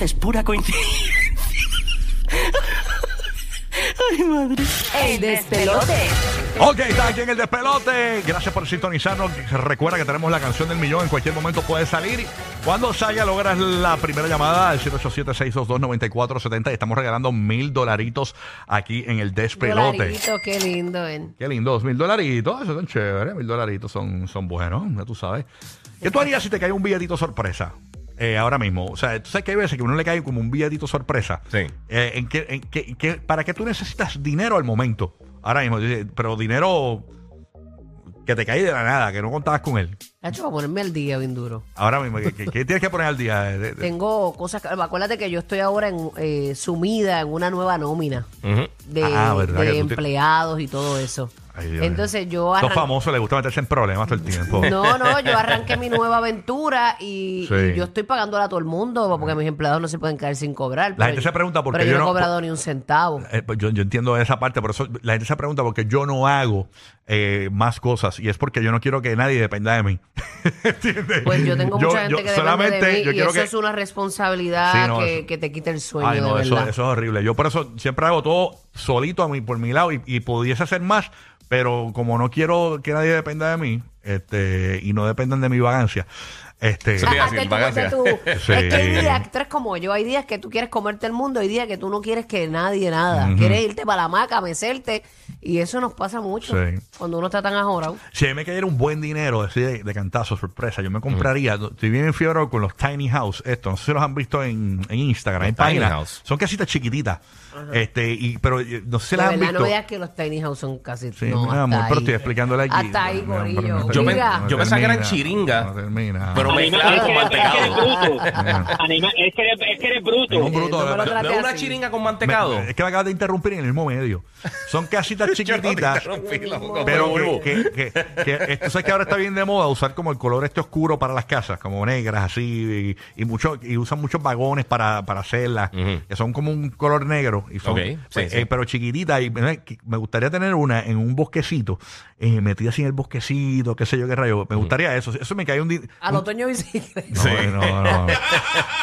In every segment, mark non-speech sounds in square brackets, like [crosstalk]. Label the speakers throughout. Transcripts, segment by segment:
Speaker 1: es pura coincidencia. Ay, madre.
Speaker 2: El despelote.
Speaker 3: Ok, está aquí en el despelote. Gracias por sintonizarnos. Recuerda que tenemos la canción del millón. En cualquier momento puede salir. Cuando salga, logras la primera llamada al 787-622-9470. Y Estamos regalando mil dolaritos aquí en el despelote.
Speaker 2: Dolarito, qué lindo, ¿eh?
Speaker 3: Qué lindo, mil dolaritos. Eso son chéveres. Mil dolaritos son, son buenos, ya tú sabes. ¿Qué tú harías si te cae un billetito sorpresa? Eh, ahora mismo, o sea, tú sabes que hay veces que a uno le cae como un billetito sorpresa.
Speaker 4: Sí.
Speaker 3: Eh, ¿en qué- en qué- en qué- ¿Para qué tú necesitas dinero al momento? Ahora mismo, dice, pero dinero que te cae de la nada, que no contabas con él.
Speaker 2: Nacho, para ponerme al día bien duro.
Speaker 3: Ahora mismo, ¿qué, qué- qué tienes que poner al día? Eh, de- de-
Speaker 2: Tengo cosas. que- Acuérdate que yo estoy ahora en, eh, sumida en una nueva nómina
Speaker 4: Ujú.
Speaker 2: de,
Speaker 3: Ah, verdad,
Speaker 2: de
Speaker 3: que tú te-
Speaker 2: empleados y todo eso.
Speaker 3: Ay, Dios mío.
Speaker 2: Entonces yo
Speaker 3: Los
Speaker 2: arran-
Speaker 3: famosos les gusta meterse en problemas todo el tiempo.
Speaker 2: [laughs] No, no, yo arranqué mi nueva aventura y,
Speaker 3: Sí.
Speaker 2: y yo estoy pagándola a todo el mundo porque mis empleados no se pueden caer sin cobrar. pero
Speaker 3: gente
Speaker 2: yo-
Speaker 3: se pregunta por
Speaker 2: pero
Speaker 3: qué
Speaker 2: yo
Speaker 3: yo
Speaker 2: no he
Speaker 3: no-
Speaker 2: cobrado ni un
Speaker 3: [laughs]
Speaker 2: centavo.
Speaker 3: Eh, pues yo, yo entiendo esa parte, por eso la gente se pregunta porque yo no hago eh, más cosas y es porque yo no quiero que nadie dependa de mí. ¿Entiendes?
Speaker 2: Pues yo tengo mucha gente
Speaker 3: yo
Speaker 2: que depende
Speaker 3: solamente
Speaker 2: de mí
Speaker 3: yo
Speaker 2: y
Speaker 3: quiero
Speaker 2: eso
Speaker 3: que
Speaker 2: es una responsabilidad
Speaker 3: Sí, no,
Speaker 2: que,
Speaker 3: eso-
Speaker 2: que te quita el sueño,
Speaker 3: Ay, no,
Speaker 2: de
Speaker 3: eso,
Speaker 2: verdad.
Speaker 3: eso es horrible. Yo por eso siempre hago todo solito a mí, por mi lado y, y pudiese hacer más, pero como no quiero que nadie dependa de mí este y no dependan de mi vagancia, este
Speaker 4: Sí,
Speaker 2: Ah,
Speaker 4: así,
Speaker 2: te
Speaker 4: en
Speaker 2: comes
Speaker 4: vacaciones.
Speaker 2: tú.
Speaker 3: [laughs] Sí.
Speaker 2: Es que hay días, tú eres como yo, hay días que tú quieres comerte el mundo, hay días que tú no quieres que nadie nada. Quieres irte para la maca, mecerte. Y eso nos pasa mucho
Speaker 3: Sí.
Speaker 2: cuando uno está tan ajorado.
Speaker 3: Si a mí me cayera un buen dinero así de, de cantazo, sorpresa, yo me compraría. Estoy bien fiebre con los Tiny House. Esto, no sé si los han visto en, en Instagram.
Speaker 4: Los
Speaker 3: Hay páginas.
Speaker 4: tiny house.
Speaker 3: Son casitas chiquititas. Este, y, pero eh, no sé
Speaker 2: De
Speaker 3: si las han
Speaker 2: verdad,
Speaker 3: visto.
Speaker 2: no veas que los tiny house son casi...
Speaker 3: Sí,
Speaker 2: no,
Speaker 3: mi
Speaker 2: hasta
Speaker 3: amor, pero
Speaker 2: ahí.
Speaker 3: estoy explicándole aquí.
Speaker 2: Hasta ahí,
Speaker 3: Mi amor, pero
Speaker 2: gorillo.
Speaker 3: no
Speaker 4: Yo,
Speaker 3: termina,
Speaker 2: Mira.
Speaker 4: pen-
Speaker 3: no
Speaker 4: yo pensaba que eran
Speaker 3: termina,
Speaker 4: chiringas,
Speaker 3: no termina.
Speaker 4: pero
Speaker 3: No,
Speaker 4: mezcladas
Speaker 5: es,
Speaker 4: con
Speaker 5: que, es que eres
Speaker 4: mantecado.
Speaker 6: [laughs]
Speaker 5: bruto. Anima- es, que eres, es que eres bruto.
Speaker 3: un bruto,
Speaker 2: no me lo
Speaker 3: me-
Speaker 2: tra-
Speaker 4: ¿No es una
Speaker 2: así.
Speaker 4: chiringa con mantecado?
Speaker 3: me- es que me acabas de interrumpir en el mismo medio. Son casitas
Speaker 4: [laughs] Yo no te
Speaker 3: chiquititas.
Speaker 4: interrumpí, loco.
Speaker 3: Pero
Speaker 4: Vuelvo.
Speaker 3: que, que, que, que esto sabes que ahora está bien de moda usar como el color este oscuro para las casas, como negras así, y, y mucho, y usan muchos vagones para, para hacerlas,
Speaker 4: Ujú.
Speaker 3: que son como un color negro, y son,
Speaker 4: Ok, sí,
Speaker 3: pues,
Speaker 4: sí.
Speaker 3: eh, pero chiquititas, y mira, que me gustaría tener una en un bosquecito, eh, metida así en el bosquecito, qué sé yo qué rayo, me gustaría eso, eso me cae un... di-
Speaker 2: Al otoño
Speaker 3: [laughs]
Speaker 2: bicicleta. [laughs]
Speaker 3: No, no, no,
Speaker 4: [laughs]
Speaker 3: no.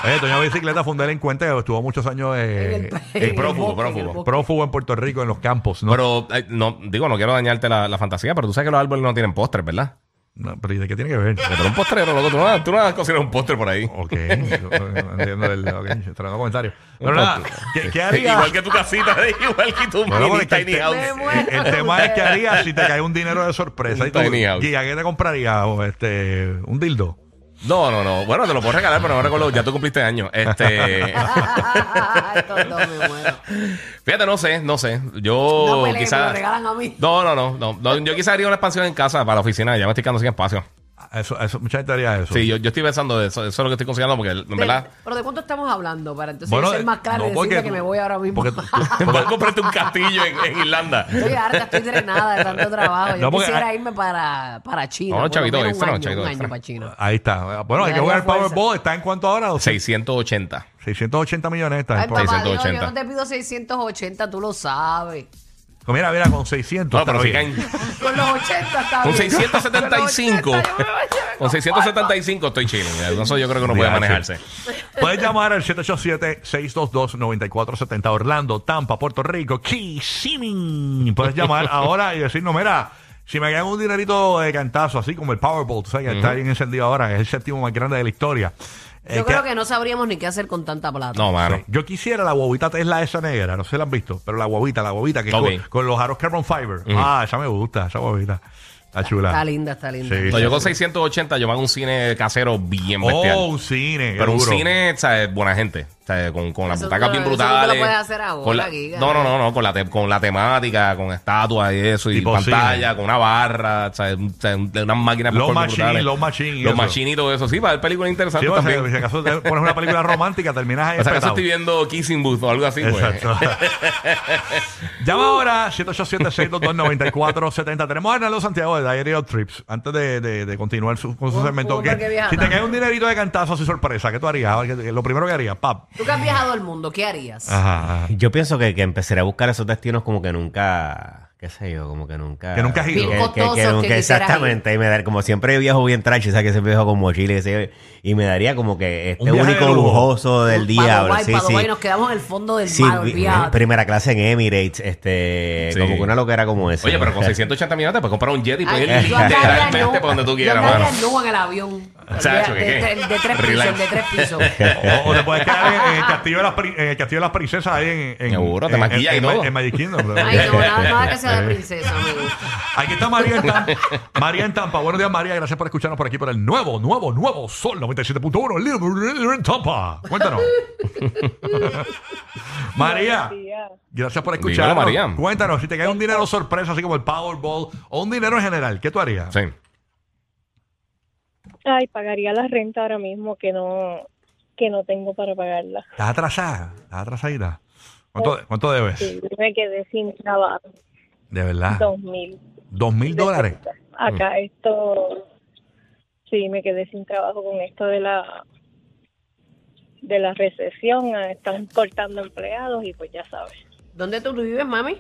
Speaker 3: Oye, Toño Bicicleta fundé en cuenta que estuvo muchos años eh,
Speaker 2: En el-
Speaker 3: eh,
Speaker 2: en el
Speaker 4: prófugo,
Speaker 2: bosque, en el
Speaker 4: prófugo.
Speaker 2: bosque.
Speaker 3: prófugo en Puerto Rico, en los campos, ¿no?
Speaker 4: Pero, eh, no, digo, no quiero dañarte la, la fantasía, pero tú sabes que los árboles no tienen postres, ¿verdad?
Speaker 3: No, pero ¿y de qué tiene que ver?
Speaker 4: Pero un postrero, loco, tú no, tú no vas a cocinar un postre por ahí.
Speaker 3: Ok, yo, yo no entiendo el okay, tremendo comentario. Pero nada, ¿qué, qué harías?
Speaker 4: Igual que tu casita, [laughs] igual que tu
Speaker 3: Bueno,
Speaker 4: mini
Speaker 3: porque
Speaker 4: tiny
Speaker 3: el-
Speaker 4: house.
Speaker 2: Me muero.
Speaker 3: el, el tema es que harías si te cae un dinero de sorpresa.
Speaker 4: Un
Speaker 3: Y tú,
Speaker 4: tiny house.
Speaker 3: Guía, ¿qué te comprarías? O, este, un dildo.
Speaker 4: No, no, no. Bueno, te lo puedo regalar, pero no recuerdo. Ya tú cumpliste años. [laughs] Este.
Speaker 2: Estos dos me muero.
Speaker 4: Fíjate, no sé, no pues, sé. Yo
Speaker 3: Oh,
Speaker 2: No peleen, me lo
Speaker 4: quizás.
Speaker 2: regalan a mí.
Speaker 4: No, no, no, no, no. Yo quizás haría una expansión en casa para la oficina. Ya me estoy quedando sin espacio.
Speaker 3: Eso, eso, mucha gente haría eso.
Speaker 4: Sí, yo, yo estoy pensando de eso. Eso es lo que estoy considerando porque, en verdad.
Speaker 2: Pero- Pero ¿de cuánto estamos hablando? Para entonces
Speaker 3: Bueno,
Speaker 2: yo ser más
Speaker 3: eh,
Speaker 2: claro
Speaker 3: no,
Speaker 2: y decirle
Speaker 3: porque-
Speaker 2: que me voy ahora mismo.
Speaker 3: porque tú- tú-
Speaker 4: Voy a comprarte un castillo en, en Irlanda.
Speaker 2: Estoy harta, estoy drenada de tanto trabajo. Yo
Speaker 3: No, porque-
Speaker 2: quisiera irme para, para China.
Speaker 4: No,
Speaker 2: por lo
Speaker 4: chavito
Speaker 2: menos un
Speaker 4: extra, no,
Speaker 2: año,
Speaker 4: chavito
Speaker 2: Un
Speaker 4: extra.
Speaker 2: año para China.
Speaker 3: Ahí está. Bueno, hay que jugar el
Speaker 2: Daría fuerza.
Speaker 3: Powerball. ¿Está en cuánto ahora? O sea,
Speaker 4: 680.
Speaker 3: 680 millones. Está
Speaker 2: Ay,
Speaker 3: en
Speaker 2: papá,
Speaker 3: Powerball.
Speaker 2: Dios, yo
Speaker 4: 680.
Speaker 2: no te pido 680, tú lo sabes.
Speaker 3: Pues Mira, mira, con 600.
Speaker 4: No, pero
Speaker 3: está
Speaker 4: si
Speaker 3: bien.
Speaker 4: caen.
Speaker 2: Con los 80 está
Speaker 4: Con
Speaker 2: bien.
Speaker 4: 675.
Speaker 2: Con los 80 yo me voy a llevar
Speaker 4: Con 675 estoy chilling. Eso yo creo que no puede
Speaker 3: Diache.
Speaker 4: manejarse.
Speaker 3: Puedes llamar al 787-622-9470 Orlando, Tampa, Puerto Rico, Kissimmee. Puedes llamar ahora y decirnos, mira, si me cae un dinerito de cantazo, así como el Powerball, tú sabes que está bien encendido ahora, es el séptimo más grande de la historia. Eh,
Speaker 2: Yo creo que no sabríamos ni qué hacer con tanta plata.
Speaker 4: No, mano.
Speaker 3: Sí. Yo quisiera la guaguita Tesla esa negra, no sé si la han visto, pero la guaguita, la guaguita que es
Speaker 4: Ok.
Speaker 3: con, con los aros carbon fiber. Ah, esa me gusta, esa guaguita. Está chula.
Speaker 2: Está linda, está linda.
Speaker 3: Sí.
Speaker 4: No, yo con 680 yo me hago un cine casero bien bestial.
Speaker 3: Oh, un cine.
Speaker 4: Pero un
Speaker 3: duro.
Speaker 4: cine, ¿sabes? Buena gente. ¿sabes? Con, con las
Speaker 2: Eso
Speaker 4: butacas
Speaker 2: tú lo-
Speaker 4: bien
Speaker 2: eso tú lo
Speaker 4: brutales.
Speaker 2: puedes hacer ahora,
Speaker 4: Con la-
Speaker 2: Giga.
Speaker 4: No, no, no, no. Con la, te- con la temática, con estatuas y eso, y
Speaker 3: Tipo
Speaker 4: pantalla,
Speaker 3: cine.
Speaker 4: con una barra, ¿sabes? Un- ¿sabes? Un- unas máquinas
Speaker 3: Los
Speaker 4: popcorn
Speaker 3: machines,
Speaker 4: brutales.
Speaker 3: los machines y
Speaker 4: Los
Speaker 3: eso.
Speaker 4: machines y todo eso. Sí, para ver películas
Speaker 3: Sí,
Speaker 4: interesantes
Speaker 3: o sea,
Speaker 4: también.
Speaker 3: si acaso te pones una película romántica,
Speaker 4: [laughs]
Speaker 3: terminas ahí
Speaker 4: o sea, acaso
Speaker 3: espetado.
Speaker 4: estoy viendo Kissing Booth o algo así, pues.
Speaker 3: Exacto. [laughs] Llama ahora 787-622-9470. Tenemos a Arnaldo Santiago de Diary of Trips. Antes de, de- de continuar su- con su
Speaker 2: Un-
Speaker 3: segmento.
Speaker 2: un
Speaker 3: ¿qué?
Speaker 2: parque viajando.
Speaker 3: si te cae un dinerito de cantazo así sorpresa, ¿qué tú harías? ¿Qué- qué- Lo primero que harías, pap.
Speaker 2: Tú que has
Speaker 4: Ah,
Speaker 2: viajado al mundo, ¿qué harías?
Speaker 3: Ajá.
Speaker 6: Yo pienso que, que empezaré a buscar esos destinos como que nunca, qué sé yo, como que nunca.
Speaker 3: Que nunca has ido. Bien
Speaker 2: costosos que
Speaker 6: nunca-
Speaker 2: quisieras ir.
Speaker 6: exactamente. Y me dar, como siempre viejo bien trash, o sea, que siempre viejo con mochila, qué sé yo, y me daría como que
Speaker 3: Un
Speaker 6: este
Speaker 3: viaje de
Speaker 6: único
Speaker 3: lujo.
Speaker 6: lujoso del diablo.
Speaker 2: Paraguay,
Speaker 6: sí, sí.
Speaker 2: Paraguay, nos quedamos en el fondo del
Speaker 6: Sí,
Speaker 2: mar,
Speaker 6: vi-
Speaker 2: olvídate.
Speaker 6: primera clase en Emirates, este,
Speaker 4: Sí.
Speaker 6: como que una loquera como esa.
Speaker 4: Oye, pero con 680 millones te puedes comprar un jet y puedes ir
Speaker 2: Ay, yo andaría
Speaker 4: literalmente
Speaker 2: nu-
Speaker 4: para donde tú
Speaker 2: yo
Speaker 4: quieras,
Speaker 2: andaría
Speaker 4: mano.
Speaker 2: nu en el avión.
Speaker 4: Chacho,
Speaker 2: de,
Speaker 4: ¿qué, qué?
Speaker 2: de- de- de tres pisos,
Speaker 4: Relax.
Speaker 2: el de tres pisos.
Speaker 4: [laughs]
Speaker 3: O, o te puedes quedar en, en el castillo de las, pri- en el castillo de las princesas ahí en, en
Speaker 4: Seguro, te
Speaker 3: en-
Speaker 4: maquillas
Speaker 3: en-
Speaker 4: y
Speaker 3: en-
Speaker 4: todo.
Speaker 3: en Magic Kingdom.
Speaker 2: Ay, no, nada, nada que sea de princesa, amigo.
Speaker 3: Aquí está María en Tampa. María en Tampa. Buenos días, María. Gracias por escucharnos por aquí por el nuevo, nuevo, nuevo Sol 97.1. Libre, libre en Tampa. Cuéntanos.
Speaker 4: [laughs]
Speaker 3: María. Gracias por escucharnos.
Speaker 4: Dímelo, María.
Speaker 3: Cuéntanos, si te cae un dinero sorpresa, así como el Powerball, o un dinero en general, ¿qué tú harías?
Speaker 4: Sí.
Speaker 7: Ay, pagaría la renta ahora mismo que no que no tengo para pagarla.
Speaker 3: ¿Estás atrasada? ¿Estás atrasadita? ¿Cuánto, cuánto debes?
Speaker 7: Sí, yo me quedé sin trabajo,
Speaker 3: De verdad.
Speaker 7: dos mil.
Speaker 3: ¿Dos Ah. mil dólares? Mm.
Speaker 7: Acá esto, sí, me quedé sin trabajo con esto de la de la recesión, ah, están cortando empleados y pues ya sabes.
Speaker 2: ¿Dónde tú vives, mami?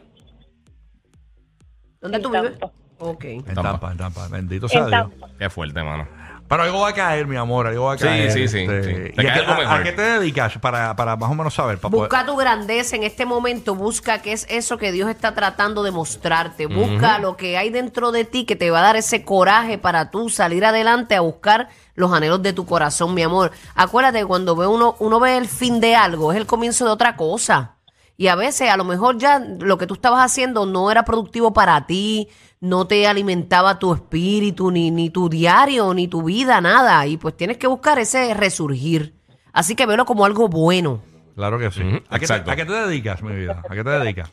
Speaker 2: ¿Dónde
Speaker 7: En
Speaker 2: tú vives?
Speaker 7: Tampa.
Speaker 2: Ok.
Speaker 3: En
Speaker 4: Tampa.
Speaker 3: Tampa, en Tampa. Bendito sea
Speaker 7: En
Speaker 3: Dios.
Speaker 7: Tampa.
Speaker 4: Qué fuerte, mano.
Speaker 3: Pero algo va a caer, mi amor, algo va a
Speaker 4: Sí,
Speaker 3: caer. este,
Speaker 4: sí, sí, sí. Te
Speaker 3: ¿Y a,
Speaker 4: cae
Speaker 3: qué,
Speaker 4: algo
Speaker 3: a-
Speaker 4: mejor.
Speaker 3: a qué te dedicas para, para más o menos saber? Para poder-
Speaker 2: Busca tu grandeza en este momento, busca qué es eso que Dios está tratando de mostrarte, busca lo que hay dentro de ti que te va a dar ese coraje para tú salir adelante a buscar los anhelos de tu corazón, mi amor. Acuérdate que cuando ve uno, uno ve el fin de algo, es el comienzo de otra cosa. Y a veces a lo mejor ya lo que tú estabas haciendo no era productivo para ti, no te alimentaba tu espíritu, ni, ni tu diario, ni tu vida, nada. Y pues tienes que buscar ese resurgir. Así que velo como algo bueno.
Speaker 3: Claro que sí.
Speaker 4: Ujú,
Speaker 3: ¿A, qué te,
Speaker 4: exacto.
Speaker 3: a qué te dedicas, mi vida? ¿A qué te dedicas?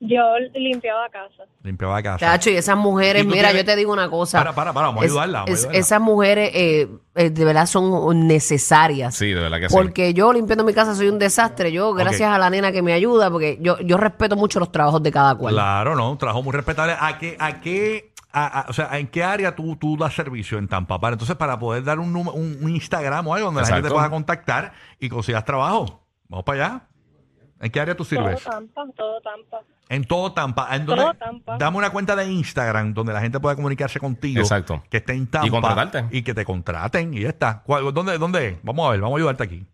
Speaker 7: Yo limpiaba casa.
Speaker 3: Limpiaba casa.
Speaker 2: Tacho, y esas mujeres,
Speaker 3: ¿Y tú
Speaker 2: mira,
Speaker 3: tienes-
Speaker 2: yo te digo una cosa.
Speaker 3: Para, para, para, vamos a
Speaker 2: Es-
Speaker 3: ayudarla, vamos a
Speaker 2: es-
Speaker 3: ayudarla.
Speaker 2: esas mujeres, eh, eh, de verdad, son necesarias.
Speaker 4: Sí, de verdad que sí.
Speaker 2: Porque yo limpiando mi casa soy un desastre. Yo, gracias
Speaker 3: Ok.
Speaker 2: a la nena que me ayuda, porque yo, yo respeto mucho los trabajos de cada cual.
Speaker 3: Claro, no, un trabajo muy respetable. ¿A qué, a qué, a- a- o sea, en qué área tú, tú das servicio en Tampa? Para entonces, para poder dar un, número- un, un Instagram o algo donde la gente te
Speaker 4: Exacto.
Speaker 3: pueda contactar y consigas trabajo. Vamos para allá. ¿En qué área tú
Speaker 7: Todo
Speaker 3: sirves?
Speaker 7: Tampa, todo Tampa.
Speaker 3: En todo Tampa. ¿En
Speaker 7: Todo
Speaker 3: dónde-
Speaker 7: Tampa.
Speaker 3: Dame una cuenta de Instagram donde la gente pueda comunicarse contigo.
Speaker 4: Exacto.
Speaker 3: Que esté en Tampa.
Speaker 4: Y contratarte.
Speaker 3: Y que te contraten. Y ya está. ¿Cuál- ¿Dónde, ¿Dónde es? Vamos a ver, vamos a ayudarte aquí.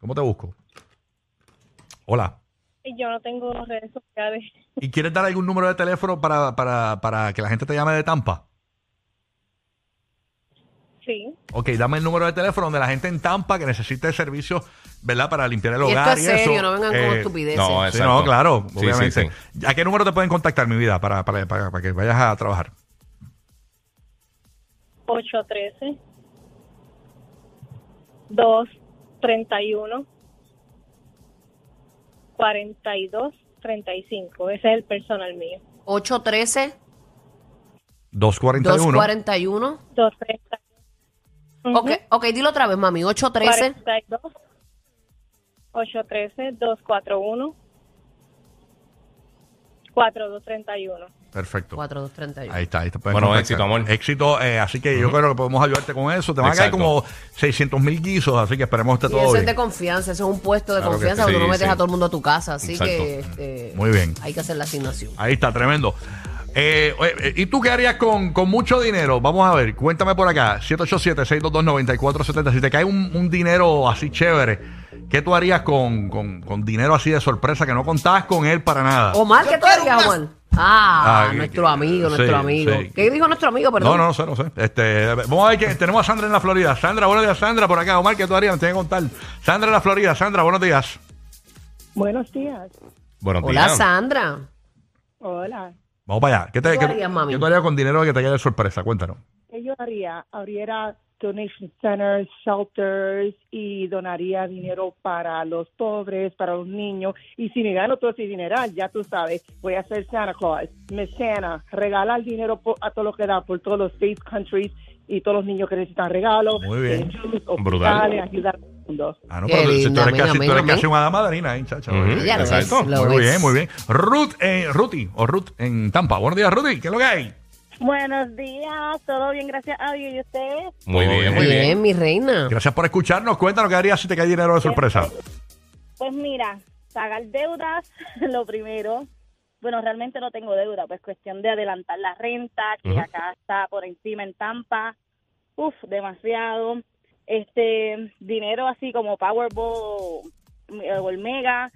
Speaker 3: ¿Cómo te busco? Hola.
Speaker 7: Y yo no tengo redes sociales.
Speaker 3: ¿Y quieres dar algún número de teléfono para, para, para que la gente te llame de Tampa?
Speaker 7: Sí,
Speaker 3: Ok, dame el número de teléfono donde la gente en Tampa que necesite servicios, ¿verdad? Para limpiar el
Speaker 2: y esto
Speaker 3: hogar.
Speaker 2: es
Speaker 3: y eso,
Speaker 2: serio, no vengan con
Speaker 3: eh,
Speaker 2: estupideces.
Speaker 4: no,
Speaker 3: Sí,
Speaker 4: exacto.
Speaker 3: no, claro,
Speaker 4: Sí, sí,
Speaker 3: obviamente.
Speaker 4: sí.
Speaker 3: ¿A qué número te pueden contactar, mi vida, para, para, para, para que vayas a trabajar?
Speaker 7: 813 231 4235. Ese es el personal mío.
Speaker 2: 813
Speaker 3: 241.
Speaker 2: 241
Speaker 7: 230.
Speaker 2: Ok, ok, dilo otra vez, mami. 813
Speaker 7: 42 813 241 4231.
Speaker 3: Perfecto.
Speaker 2: 4231.
Speaker 3: Ahí está, ahí está. Puedes
Speaker 4: Bueno,
Speaker 3: contactar.
Speaker 4: éxito, amor.
Speaker 3: Éxito, eh, así que yo creo que podemos ayudarte con eso. Te van a caer
Speaker 4: Exacto.
Speaker 3: como 600 mil guisos, así que esperemos
Speaker 2: Y
Speaker 3: que esté todo
Speaker 2: eso es
Speaker 3: bien.
Speaker 2: de confianza, eso es un puesto de
Speaker 3: Claro que
Speaker 2: confianza,
Speaker 4: sí.
Speaker 2: porque no
Speaker 4: Sí,
Speaker 2: metes a
Speaker 4: sí.
Speaker 2: todo el mundo a tu casa. Así
Speaker 4: Exacto.
Speaker 2: que este,
Speaker 3: Muy bien.
Speaker 2: hay que hacer la asignación.
Speaker 3: Ahí está, tremendo. Eh, oye, eh, ¿Y tú qué harías con, con mucho dinero? Vamos a ver, cuéntame por acá. 787-622-9470. Si te cae un, un dinero así chévere, ¿qué tú harías con, con- con dinero así de sorpresa que no contabas con él para nada?
Speaker 2: Omar, ¿qué tú harías, Juan? Ah,
Speaker 3: Ah,
Speaker 2: nuestro
Speaker 3: que-
Speaker 2: amigo, nuestro
Speaker 3: sí,
Speaker 2: amigo.
Speaker 3: sí.
Speaker 2: ¿Qué dijo nuestro amigo,
Speaker 3: No,
Speaker 2: perdón?
Speaker 3: no, no sé, no sé. Este, a ver, vamos a ver que tenemos a Sandra en la Florida. Sandra, buenos días, Sandra, por acá. Omar, ¿qué tú harías? Me tienes que contar. Sandra en la Florida. Sandra, buenos días.
Speaker 8: Buenos días.
Speaker 4: Buenos
Speaker 2: Hola,
Speaker 4: días.
Speaker 2: Sandra.
Speaker 8: Hola.
Speaker 3: Vamos para allá. ¿Qué, te,
Speaker 2: ¿Qué tú
Speaker 3: qué-
Speaker 2: harías, mami?
Speaker 3: qué tú harías con dinero que te quede de sorpresa? Cuéntanos.
Speaker 8: ¿Qué yo haría? Abriera donation centers, shelters y donaría dinero para los pobres, para los niños. Y si me gano todo ese dineral, ya tú sabes, voy a ser Santa Claus, Miss Santa, regalar dinero po- a todo lo que da por todos los states, countries y todos los niños que necesitan Eh, regalos.
Speaker 3: Muy bien.
Speaker 8: niños,
Speaker 4: Brutal.
Speaker 8: hospitales, ayudar al mundo.
Speaker 3: Ah, no,
Speaker 2: Qué
Speaker 3: pero si tú
Speaker 2: lindo,
Speaker 3: eres,
Speaker 2: amén,
Speaker 3: casi,
Speaker 2: amén,
Speaker 3: tú eres
Speaker 2: amén.
Speaker 3: casi una dama de harina, ¿eh, chacha?
Speaker 4: Ujú.
Speaker 3: Eh,
Speaker 2: Ya lo
Speaker 4: Exacto.
Speaker 2: ves, lo
Speaker 3: muy
Speaker 2: ves.
Speaker 3: bien, muy bien. Ruth, eh, Ruti, o Ruth en Tampa. Buenos días, Ruti. ¿Qué es lo que hay?
Speaker 7: Buenos días, todo bien, gracias a Dios. ¿Y ustedes?
Speaker 4: Muy bien, muy
Speaker 2: Muy
Speaker 4: bien.
Speaker 2: bien, mi reina.
Speaker 3: Gracias por escucharnos. Cuéntanos qué harías si te cae dinero de sorpresa.
Speaker 7: [laughs] Pues mira, pagar deudas, lo primero. bueno, realmente no tengo deuda, pues cuestión de adelantar la renta, que
Speaker 4: Ujú.
Speaker 7: acá está por encima en Tampa, uf, demasiado, este, dinero así como Powerball o el Mega,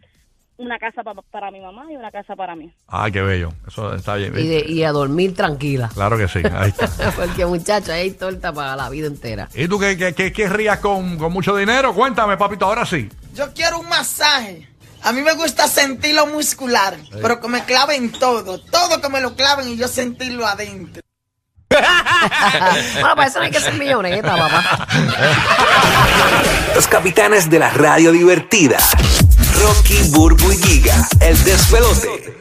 Speaker 7: una casa pa- para mi mamá y una casa para mí.
Speaker 3: Ah, qué bello. Eso está bien.
Speaker 2: Y, de- y a dormir tranquila. [laughs]
Speaker 3: Claro que sí. Ahí está.
Speaker 2: Porque muchacha, hay torta para la vida entera. [laughs]
Speaker 3: ¿Y tú qué, qué, qué- qué rías con, con mucho dinero? Cuéntame, papito, ahora sí.
Speaker 9: Yo quiero un masaje. A mí me gusta sentirlo muscular, pero que me claven todo, todo que me lo claven y yo sentirlo adentro.
Speaker 2: bueno, para eso no hay que ser milloneta, papá.
Speaker 10: Los capitanes de la radio divertida. Rocky, Burbu y Giga. El despelote.